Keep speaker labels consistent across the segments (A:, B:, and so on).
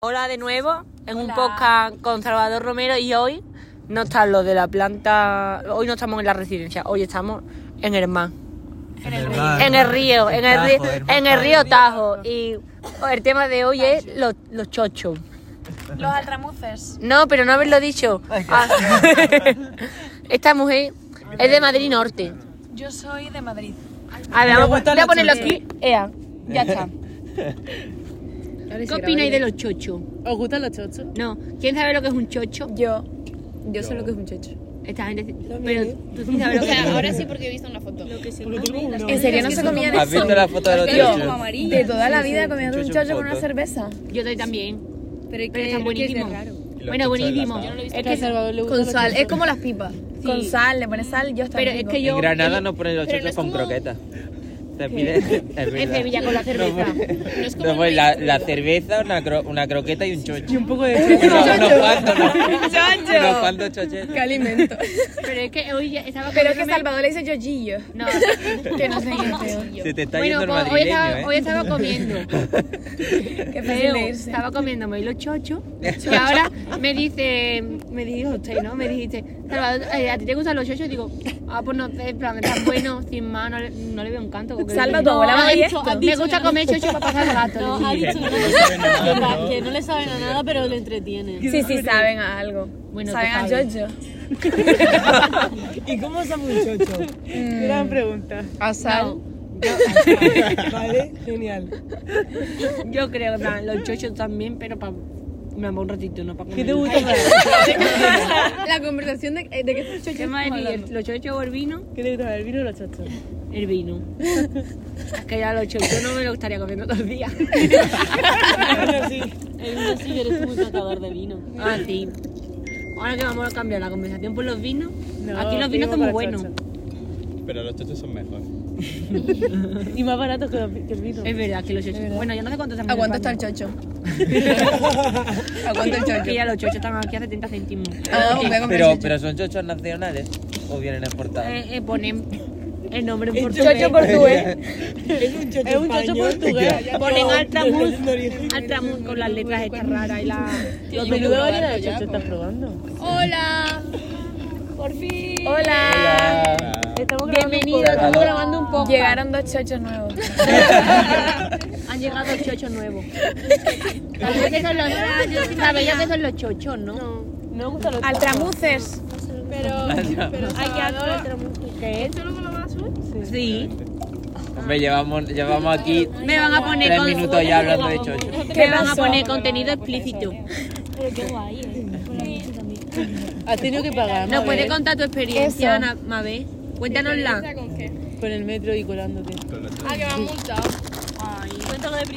A: Hola de nuevo, en un
B: Hola.
A: podcast con Salvador Romero y hoy no está lo de la planta, hoy no estamos en la residencia, hoy estamos en el mar,
B: En el
C: Verdad.
A: en el río, en el río,
C: Ah, Tajo, el mar
A: en el
C: Tajo.
A: río Tajo y el tema de hoy es los, los chochos.
B: Los altramuces.
A: No, pero no haberlo dicho. Ah. Esta mujer es de Madrid Norte.
B: Yo soy de Madrid.
A: A ver,
C: Me
A: vamos,
C: gustan
A: voy a
C: los
A: ponerlo
C: chochos.
A: aquí. Ea, ya está. ¿Qué opináis de los chochos?
D: ¿Os gustan los chochos?
A: No, ¿quién sabe lo que es un chocho?
B: Yo. Yo sé lo que es un chocho.
A: Esta gente. Pero tú sí sabes lo
D: O
A: que es.
D: sea, ahora sí porque he visto una foto.
B: ¿En serio no se comía de
C: ¿Has visto la foto de los chochos?
B: De toda la vida comiendo un
C: Chocho
B: chocho
C: en
B: con una
C: foto.
B: cerveza.
A: Yo doy también. Pero es que buenísimo.
C: chochos
A: Bueno,
C: de
A: buenísimo.
C: la sal.
A: Es que,
B: Con sal. Es como las pipas. Con sal, le pones sal y yo está
A: pero es
B: rico.
A: que yo.
C: En Granada no ponen los
D: pero
C: chochos
D: no
C: con
D: es como-
C: croquetas. Te piden. Es
A: En
C: verdad.
A: Sevilla con la cerveza.
D: No es como
C: No, pues
D: el
C: la,
D: nuestro.
C: la cerveza, una, cro- una croqueta y un chocho. Y un poco de
B: chocho.
C: Unos cuantos, ¿no?
B: chocho.
C: Unos cuantos chochetes.
B: Qué alimento.
A: Pero es que hoy ya estaba
B: Pero es que
A: comiéndome-
B: Salvador le dice yoyillo.
A: No.
B: Que no sé qué
C: Se te está
A: bueno,
C: yendo el
A: pues, hoy, estaba,
C: madrileño,
A: hoy
C: ¿eh?
A: estaba comiendo.
B: es. Qué fácil
A: Pero
B: de irse.
A: estaba comiéndome los chochos. Y ahora me dice. Me dijo usted, ¿no? Me dijiste. Salvador, eh, ¿a ti te gustan los chochos? Y digo, ah, pues no sé, en plan, están buenos, sin más, no le, no le veo un canto.
B: Salva tu abuela,
A: me
B: María,
A: dijo,
B: esto.
A: Me gusta comer chochos para pasar el rato. le
E: No,
A: dije.
E: ha dicho que no, le saben a nada, que no le saben a nada, pero le entretiene.
B: Sí, sí, saben a algo.
A: Bueno,
B: saben
A: tú
B: a
A: sabes.
B: yoyo.
E: ¿Y cómo sabe un chocho? Gran pregunta.
B: A sal.
E: Vale, genial.
A: Yo creo que plan, los chochos también, pero para me amo un ratito, no para comer.
E: más?
B: La conversación de, de qué es el
A: ¿Qué
B: chocho.
A: más es? ¿Los chochos o el vino?
E: ¿Qué te gusta más, el vino o los chochos?
A: El vino. es que ya los chochos no me lo estaría comiendo todos los días.
E: Bueno, sí.
D: El mío sí que eres un sacador de vino.
A: ah, sí. Ahora que vamos a cambiar la conversación por los vinos,
E: No,
A: aquí los
E: digo
A: vinos son muy
E: para
A: buenos.
E: chocho.
F: Pero los chochos son mejores.
E: Y más barato que los- que el vino.
A: Es verdad que los chochos. Bueno, yo no sé cuántos están.
B: ¿A cuánto está el chocho? ¿A cuánto el
A: Que
B: chocho?
A: ya los chochos están aquí a 70 céntimos.
B: Ah, pues voy a comprar
C: Pero,
B: chocho.
C: pero son chochos nacionales o vienen exportados.
A: Eh, eh, ponen el nombre en portugués.
B: Chocho portugués.
E: Es un chocho portugués.
A: Ponen Altamuz, Altamuz con las letras estas raras y la...
E: Los menuda variedad de chocho estás probando.
B: Hola. Por fin. Hola.
A: ah.
E: Estamos
A: Bienvenido, estamos grabando un poco.
B: Llegaron dos chochos nuevos.
A: Han llegado chochos nuevos. Sabéis que son los, sabéis que son los chochos, ¿no?
E: No me gustan los
B: Altramuces.
A: Sí.
C: Hombre, llevamos, llevamos aquí
A: Me van a poner
C: tres
A: con-
C: minutos ya hablando de chochos.
A: Me van a poner contenido explícito.
E: Pero qué guay, ¿eh? Has tenido que pagar.
A: ¿Nos
E: Mabel,
A: puedes contar tu experiencia, Ana Mabé? Cuéntanosla.
E: Con el metro y colándote.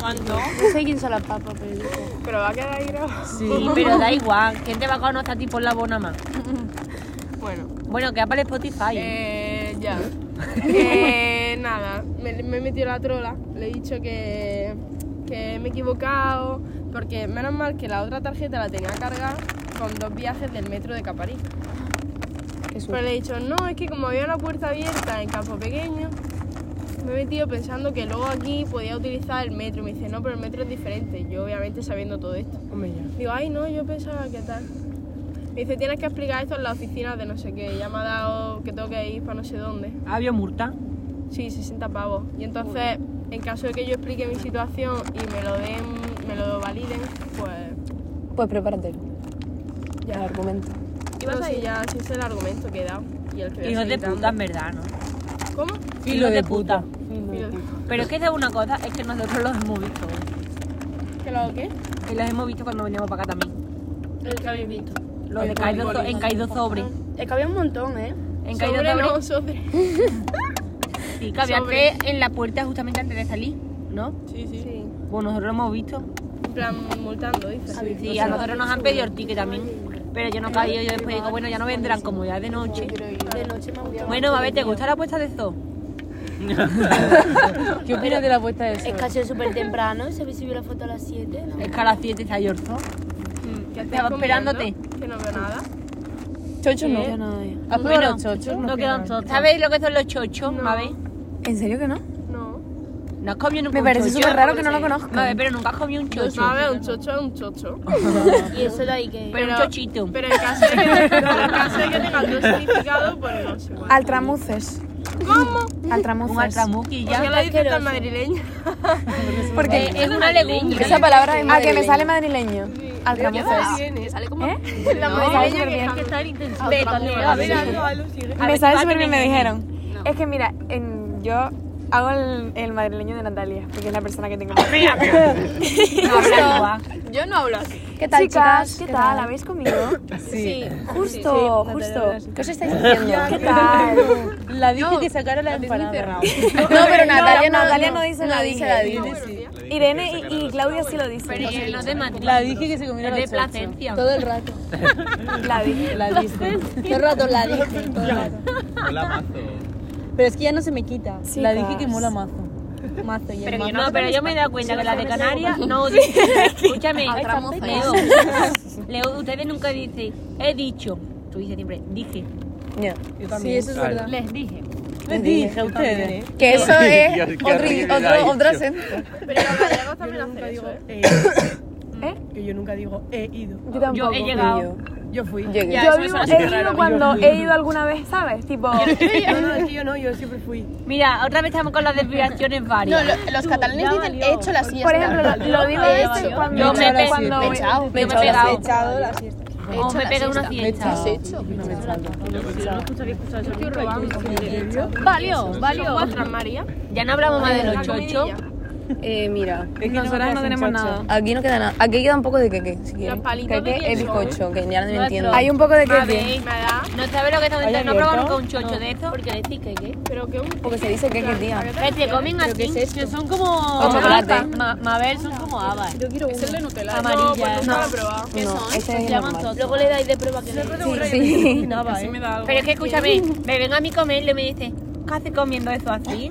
D: No sé quién son las papas, pero...
A: Sí, pero da igual. ¿Quién te va a conocer a ti por la bona más? Bueno. Bueno, que para Spotify.
G: Eh, ya. Eh, nada, me, me he metido la trola. Le he dicho que, que me he equivocado. Porque menos mal que la otra tarjeta la tenía cargada con dos viajes del metro de Caparí. Pero le he dicho, no, es que como había una puerta abierta en Campo Pequeño, me he metido pensando que luego aquí podía utilizar el metro. Y me dice, no, pero el metro es diferente. Yo, obviamente, sabiendo todo esto. Digo, ay, no, yo pensaba que tal. Me dice, tienes que explicar esto en la oficina de no sé qué. Ya me ha dado que tengo que ir para no sé dónde.
A: ¿Había multa?
G: Sí, 60 pavos. Y entonces, en caso de que yo explique mi situación y me lo den, me lo validen, pues
B: Pues prepárate.
G: ya.
B: argumento.
G: No, sí, ya, sí es el argumento que he dado. Y el que voy a
A: Hijos de
G: seguir dando.
A: puta, en verdad, ¿no?
G: ¿Cómo?
A: Hijos de puta.
G: Filo de puta.
A: Pero es que es una cosa, es que nosotros los hemos visto. ¿eh?
G: ¿Qué lo hago qué?
A: Y los hemos visto cuando veníamos para acá también.
G: El que habéis visto.
A: Los de caído, so- en caído sobre.
G: Es que había un montón, ¿eh?
A: En caído
G: Sobre
A: sobre.
G: no, sobre.
A: Sí, que había
G: Sobre.
A: tres en la puerta justamente antes de salir, ¿no?
G: Sí, sí.
A: Bueno, nosotros lo hemos visto.
G: En plan, multando, dices.
A: Sí, a nosotros nos han pedido el ticket también. Pero yo no caí, yo después digo, bueno, ya no vendrán como ya es de noche.
G: De noche me ha gustado.
A: Bueno, a ver, ¿te gusta la puesta de zoo?
E: ¿Qué opinas de la puesta de sol?
D: Eh, casi súper temprano, se me subió la foto a las 7.
A: Es que a las 7 está el zoo.
G: ¿Qué haces
A: Estaba
G: comiendo?
A: esperándote.
G: Que no veo nada.
E: Chocho no.
A: Ah,
E: ¿Has probado
A: Bueno,
E: los chochos?
A: No quedan chochos. ¿Sabéis lo que son los chochos, Mabel?
B: ¿En serio que no?
G: No.
E: No has comido nunca
B: Me
E: un
B: parece
E: chocho.
B: súper raro que no lo conozco.
E: Vale, pero nunca has comido un chocho.
G: No, a ver, un chocho es un chocho.
D: Y eso de ahí que...
E: Pero un
G: pero-
E: chochito.
G: Pero en caso de que, pero en caso de que tenga otro significado, pues no sé. Bueno.
B: Altramuces.
G: ¿Cómo?
B: Altramuces.
E: Un altramuqui
G: ¿Por qué
E: ya.
G: la dices
D: asqueroso.
G: tan madrileña?
B: Porque
E: Es una legumbre.
B: esa palabra es A que me sale madrileño. Altramuces. ¿Eh?
G: Sale
B: La me sale súper bien.
G: A ver, algo, algo sigue.
B: Me sale súper bien, me dijeron. Es que mira, en- yo hago el, el madrileño de Natalia, porque es la persona que tengo más.
G: Yo no hablo así.
B: ¿Qué tal, chicas? ¿Qué, tal? ¿Habéis comido?
D: Sí.
B: Justo, justo.
E: ¿Qué os estáis diciendo?
B: ¿Qué tal?
E: La dije que sacara la empanada.
B: No, pero Natalia no, Natalia no dice la dije. Irene y- y, Claudia sí lo
A: Pero
B: dicen.
A: y el no de Madrid.
E: La dije que se comiera
A: El
E: los
A: de
E: chochos.
A: Placencia.
E: Todo el rato.
B: La dije.
E: La
H: Pues
E: dije. Todo el rato la dije. todo el rato.
F: Hola, mazo.
E: Pero es que ya no se me quita. La
B: Chicas.
E: dije que mola mazo. Mazo y el mazo.
A: No, pero yo me he dado cuenta que la de Canarias no dice. Escúchame, Leo. Leo, ustedes nunca dicen, he dicho. Tú dices siempre, dije.
E: Sí, eso es
C: Claro.
E: verdad.
A: Les dije.
E: Les dije a ustedes.
B: Que eso
C: Dios, qué horrible la he dicho.
G: Pero los gallegos también hacen eso, ¿eh?
H: Que yo nunca digo he ido.
B: Yo tampoco.
A: he llegado.
H: Yo fui.
B: Yo vivo, he ido cuando he ido alguna vez, ¿sabes? Tipo,
H: No, no, es que yo no, yo siempre fui.
A: Mira, otra vez estamos con las desviaciones varias.
I: los catalanes dicen he hecho la silla.
B: por ejemplo, lo, lo digo este cuando
A: Yo me pe-
B: cuando
A: me
B: echado.
A: yo me he pegado.
I: la siesta.
A: O me he pegado una fiesta. Valió, valió.
G: ¿Cuatro, María?
A: Ya no hablamos más de los chochos.
I: Eh, mira,
B: Nosotras no tenemos nada.
I: aquí no queda nada. Aquí queda un poco de queque, si quieres.
G: palitos de
I: Queque es
G: queso.
I: bizcocho, que ya no me entiendo.
B: Hay un poco
A: A
B: de que
A: ver,
G: Me da...
A: no sabes lo que estamos diciendo. No he probado nunca un chocho de esto.
D: Porque decís que qué.
G: ¿eh? Pero que un...
I: porque se dice queque, tía.
A: Que te comen Este, así. Que son como.
I: Con chocolate.
A: Ma- Mabel son como habas.
G: Es el de Nutella.
A: Amarilla.
G: No, pues nunca lo he probado.
I: No, este es normal.
D: Luego le dais de prueba que no.
I: Sí, sí.
G: Sí me da algo.
A: Pero es que escúchame, me ven a mí comer y me dice, ¿qué haces comiendo eso así?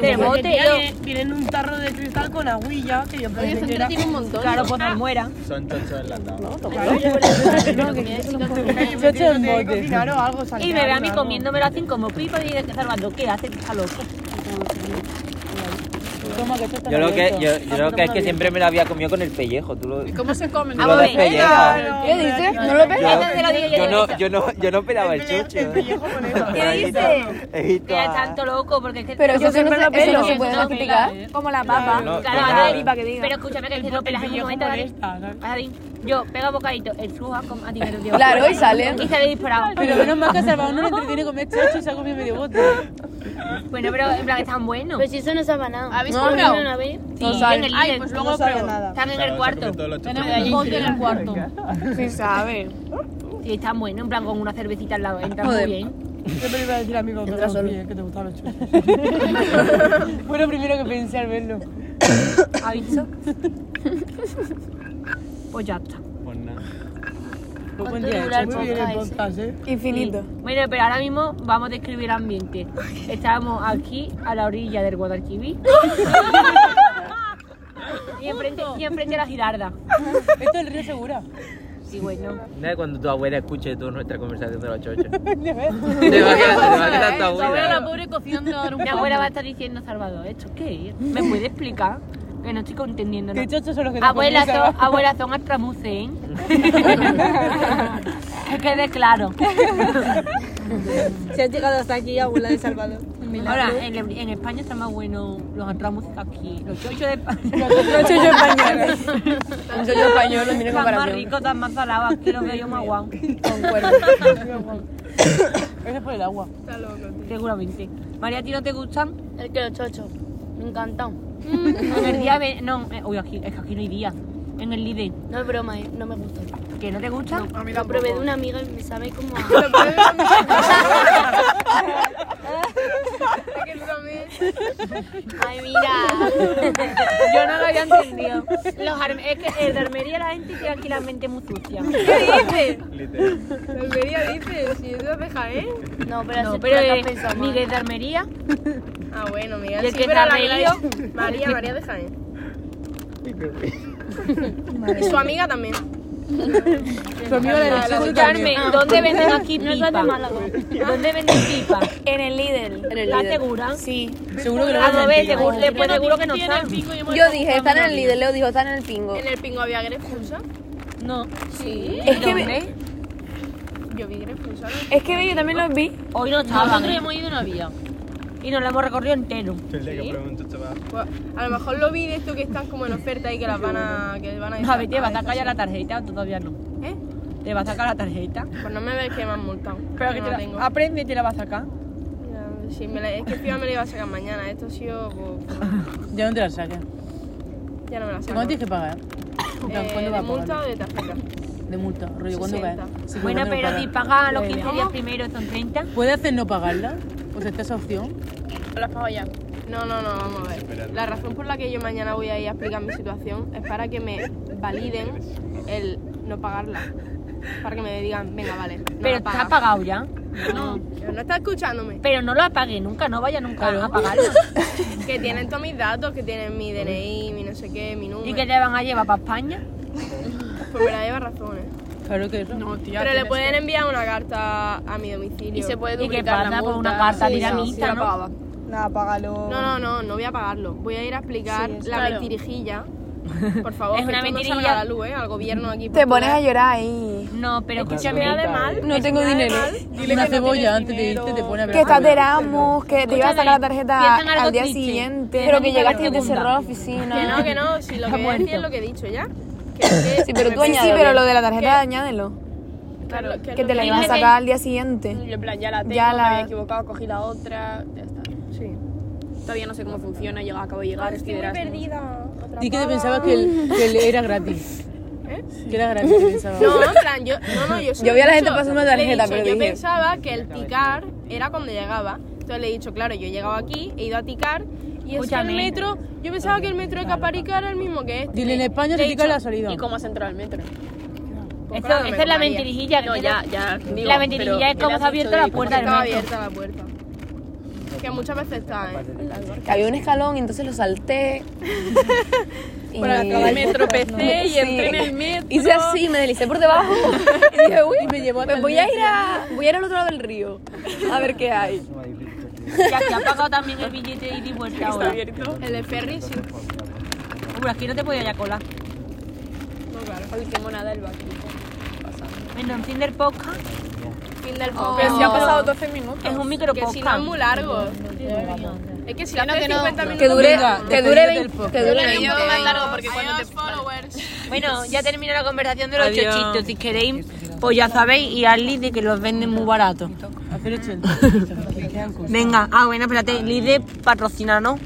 A: De bote, yo.
H: Tienen Eh, un tarro de cristal con agüilla que yo pensé que era...
G: un montón.
A: Claro, pues me muera.
F: Son chochos enlatados.
H: Yo he hecho de cocinar o algo,
A: Y me ve a mí comiéndomelo así como pipa y dice, Salvador, ¿qué haces? Está loco.
C: Yo lo que, yo, yo lo que es que siempre me la había comido con el pellejo. ¿Tú lo,
G: ¿Cómo se come?
C: tú lo despellejas.
I: ¿Qué dices? ¿No lo ves?
A: Ella se lo digo, yo
C: Yo
A: le
C: no,
A: digo.
C: yo no, yo no pelaba el chocho. ¿Qué dices? He visto
A: Mira,
C: a-
A: tanto loco, porque es que...
I: Pero eso
B: siempre
I: no
B: lo
I: se- eso no
B: pelo.
I: se puede
A: No,
I: criticar.
B: como la papa.
C: No,
A: Claro,
C: no,
A: a ver,
C: no.
B: pipa que diga.
A: pero escúchame que te lo pelas en un momento, David. David, yo pego bocadito, el suja con a ti me lo dio.
I: Claro, y sale.
A: Y sale disparado.
E: Pero menos mal que Salvador no le entretiene comer chocho y se ha comido medio bote.
A: Bueno, pero en plan, están buenos.
D: Pero si eso no sabe nada.
G: ¿Habéis
I: No,
G: comprado?
D: Una vez.
A: Sí, en el líder.
H: pues Luego pruebo. nada.
A: Están en el cuarto.
F: en el cuarto.
B: Sí, sabe.
A: Sí, están buenos, en plan, con una cervecita al lado. Entran muy
I: Joder.
A: bien.
H: Siempre iba a decir a mi
I: Entra
H: papá
I: solo.
H: que te gustaban los chulos. Fue lo primero que pensé al verlo.
A: ¿Ha visto? Pues ya está.
F: Pues nada.
H: Fue buen
D: ¿Cuánto
H: día,
D: dura
H: hecho. muy
D: el
H: bien el
D: podcast
H: podcast, ¿eh?
B: Infinito.
A: Bueno, pero ahora mismo vamos a describir el ambiente. Estábamos aquí, a la orilla del Guadalquivir. y, enfrente, y enfrente la girarda.
H: Esto es el río Segura.
A: Y bueno.
C: Nada, cuando tu abuela escuche toda nuestra conversación de los chochos. Te va a quedar- te va a quedar tu abuela.
G: pobre cocinando ahora
A: Mi abuela va a estar diciendo, Salvador, ¿esto qué es? ¿Me puede explicar? Que no estoy contendiendo
H: ¿Qué
A: nada.
H: chochos son los que te
A: Abuela,
H: comes,
A: son,
H: Salvador?
A: abuela, son altramuces, ¿eh? que quede claro.
E: Se has llegado hasta aquí, abuela de Salvador.
A: Ahora, en, Em-, en España están más buenos los altramuces que aquí. Los chochos de España
I: Un chollo español. Un chollo español no tiene
A: están más
I: comparación.
A: ricos, están más salados. Aquí los veo yo más guau,
H: Ese es por el agua.
A: seguramente. María, ¿a ti no te gustan?
D: El que los chochos. Me encantan.
A: En el día... ve- No, eh, uy, aquí, es que aquí no hay día. En el líder.
D: No es broma, eh, no me gusta.
A: ¿Que no te gustan?
D: Lo probé de una amiga y me sabe como a... Ay, mira.
A: Yo no lo había entendido. Los arm- es que el de armería la gente tiene aquí la mente muy sucia.
F: Literal.
G: Almería dice, si es de Jaén.
D: No, pero
A: No,
D: así
A: pero
D: por acá
A: eh,
D: pensamos.
A: Miguel de Armería,
G: Ah, bueno, mira,
A: ¿Y el
G: sí,
A: que
G: pero
A: está
G: la
A: reído?
G: María- María, María de Jaén. Y su amiga también.
H: Tu amigo de la leche.
A: Escucharme, ¿dónde venden aquí
D: No es la de
A: pipa?
D: Málaga.
A: ¿Dónde venden pipa?
B: En el Lidl.
J: En el
A: ¿Estás
J: Lidl.
A: segura?
B: Sí.
J: Seguro que no
A: A
J: es
A: ver,
J: mentira.
A: seguro, después seguro que no están.
J: Yo dije, están en el líder, Leo dijo, están en el pingo.
G: ¿En el pingo había Grefusa?
A: No.
B: Es que, ve-
G: Yo vi Grefusa.
B: es que ve, yo también los vi.
A: Hoy no estaban.
C: Nosotros hemos ido en avión.
A: Y nos lo hemos recorrido entero.
C: El día que pregunto te va.
G: Pues, a lo mejor lo vi de esto que están como en oferta y que las van a. Que van a
A: A ver, ¿te vas a sacar ya la tarjeta o tú todavía no?
G: ¿Eh?
A: ¿Te vas a sacar la tarjeta?
G: Pues no me ves que me han multado.
A: Pero que
G: no
A: te la...
G: la tengo.
A: Aprende y te la vas a sacar.
G: Ya, sí, me la- es que encima me la iba a sacar mañana. Esto ha sido. pues,
H: Ya no te la saques.
G: ya no me la saco.
H: ¿Cuánto tienes que pagar?
G: Eh,
H: ¿Cuándo
G: ¿De
H: vas a
G: multa o
H: pagar?
G: de tarjeta?
H: De multa. Rollo, ¿cuándo cae?
G: 60.
H: Sí,
A: Bueno,
H: ¿cuándo
A: pero
H: pagas?
A: si pagas los 15 días
G: ¿Cómo?
A: primero, son 30.
H: ¿Puede hacer no pagarla? Pues está esa opción.
G: No, no, no, vamos a ver. La razón por la que yo mañana voy a ir a explicar mi situación es para que me validen el no pagarla. Para que me digan, venga, vale. No
A: Pero
G: la
A: está
G: pagas.
A: pagado ya.
G: Pero no está escuchándome.
A: Pero no lo apague nunca, no vaya nunca a apagarlo.
G: Que tienen todos mis datos, que tienen mi DNI, mi no sé qué, mi número.
A: ¿Y que te van a llevar para España?
G: Pues me la lleva razón, ¿eh?
H: Claro que eso. No,
G: Pero le pueden enviar una carta a mi domicilio.
C: Y se puede
A: ¿Y qué
C: duplicar
A: pasa
C: la
A: con una
C: multa.
A: carta
C: Sí,
A: piramista,
C: sí, la
A: no?
C: pagaba.
B: Nada, págalo.
G: No, no, no, no voy a pagarlo. Voy a ir a explicar la
C: claro.
G: mentirijilla. Por favor,
A: Es
G: que
A: una
G: esto no salga
A: mentirilla.
G: a la luz, ¿eh? Al gobierno aquí.
B: Te pones a
G: portugués.
B: llorar ahí.
A: No, pero escúchame.
G: Nada de mal.
J: No tengo dinero.
H: Una cebolla antes de irte te pone a ver.
B: Que estás de Erasmus, que te ibas a sacar la
A: piensan
B: tarjeta
A: algo
B: al día
A: cliché.
B: siguiente.
J: Pero que llegaste y te cerró
A: Segunda.
J: la
G: Que no,
J: oficina.
G: que no, si lo que voy a decir es lo que he dicho ya. Que es que-
J: Sí, pero tú
B: Sí, sí,
J: añádelo.
B: pero lo de la tarjeta añádelo.
G: Claro, que es
B: Que
G: lo
B: te la
G: que-
B: ibas a sacar al día siguiente.
C: Yo en plan, ya la tengo,
B: Ya
C: me
B: la-
C: había equivocado, cogí la otra, ya está. Sí. Todavía no sé cómo funciona, llega- acabo de llegar, estoy de Erasmus.
H: Di que te pensabas que, el, que el era gratis. Que era gratis, te pensabas.
G: No, en plan, yo, no, no, yo, se
J: Yo
G: lo
J: vi
G: he
J: a la
G: dicho,
J: gente pasando
G: le he
J: tarjeta,
G: dicho,
J: pero
G: Yo
J: dije-
G: pensaba que el ticar era cuando llegaba. Entonces le he dicho, claro, yo he llegado aquí, he ido a ticar y es que el
A: Escúchame.
G: metro, yo pensaba que el metro de Caparica era el mismo que este.
H: Dile en España
G: Le
H: se
G: he
H: te cae
G: dicho,
H: la salida.
C: ¿Y cómo has entrado al metro?
G: pues
A: Esa,
G: claro, me
A: esa es la
G: compraría.
A: mentirijilla. que
C: No,
A: te-
C: ya, ya. digo,
A: la mentirijilla
C: pero
A: es cómo
C: ¿qué le
A: se ha
C: has dicho
A: abierto la
C: de-
A: puerta del
G: Estaba
A: metro.
G: abierta la puerta. Que muchas veces está, ¿eh?
J: Que había un escalón y entonces lo salté. Y
C: Me tropecé y
J: Sí.
C: entré en el metro.
J: Hice así, me deslicé por debajo. Y dije, uy,
H: me llevó hasta
J: pues
H: el
J: voy a
H: metro.
J: ir a, voy a ir al otro lado del río. A ver qué hay.
A: Ya que ha pagado también el billete de ida y vuelta ahora.
G: El de ferry, sí.
A: Hombre, aquí no te podía ya colar.
G: No, claro.
A: En el fin del podcast
G: Fin del podcast.
J: Oh.
B: Pero si ha pasado
G: 12
A: es un
G: Que
A: micropodcast.
G: si no es muy largo. Es que si no, que 50 minutos.
J: Que dure,
H: Venga,
J: que
H: despedida
J: dure
H: del
J: 20
H: podcast.
J: que dure 20.
G: Adiós, followers.
A: Bueno, ya termina la conversación de los chochitos. Si queréis, pues ya sabéis, y al Lide que los venden muy baratos.
H: Hacer 80.
A: Venga, ah, bueno, espérate, Lide patrocina, ¿no?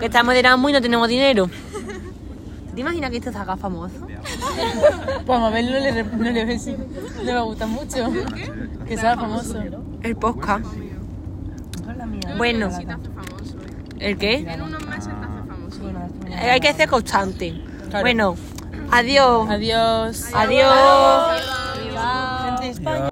A: Que estamos de Erasmus y no tenemos dinero. ¿Te imaginas que esto se haga famoso?
H: Pues a ver, no le, no le ves. Le va a gustar mucho. Que sea famoso.
B: El podcast.
A: Bueno, ¿el qué?
G: En unos meses te hace famoso.
A: Eh, Hay que ser constante. Bueno, adiós.
H: Adiós.
A: Adiós.
H: Gente de España.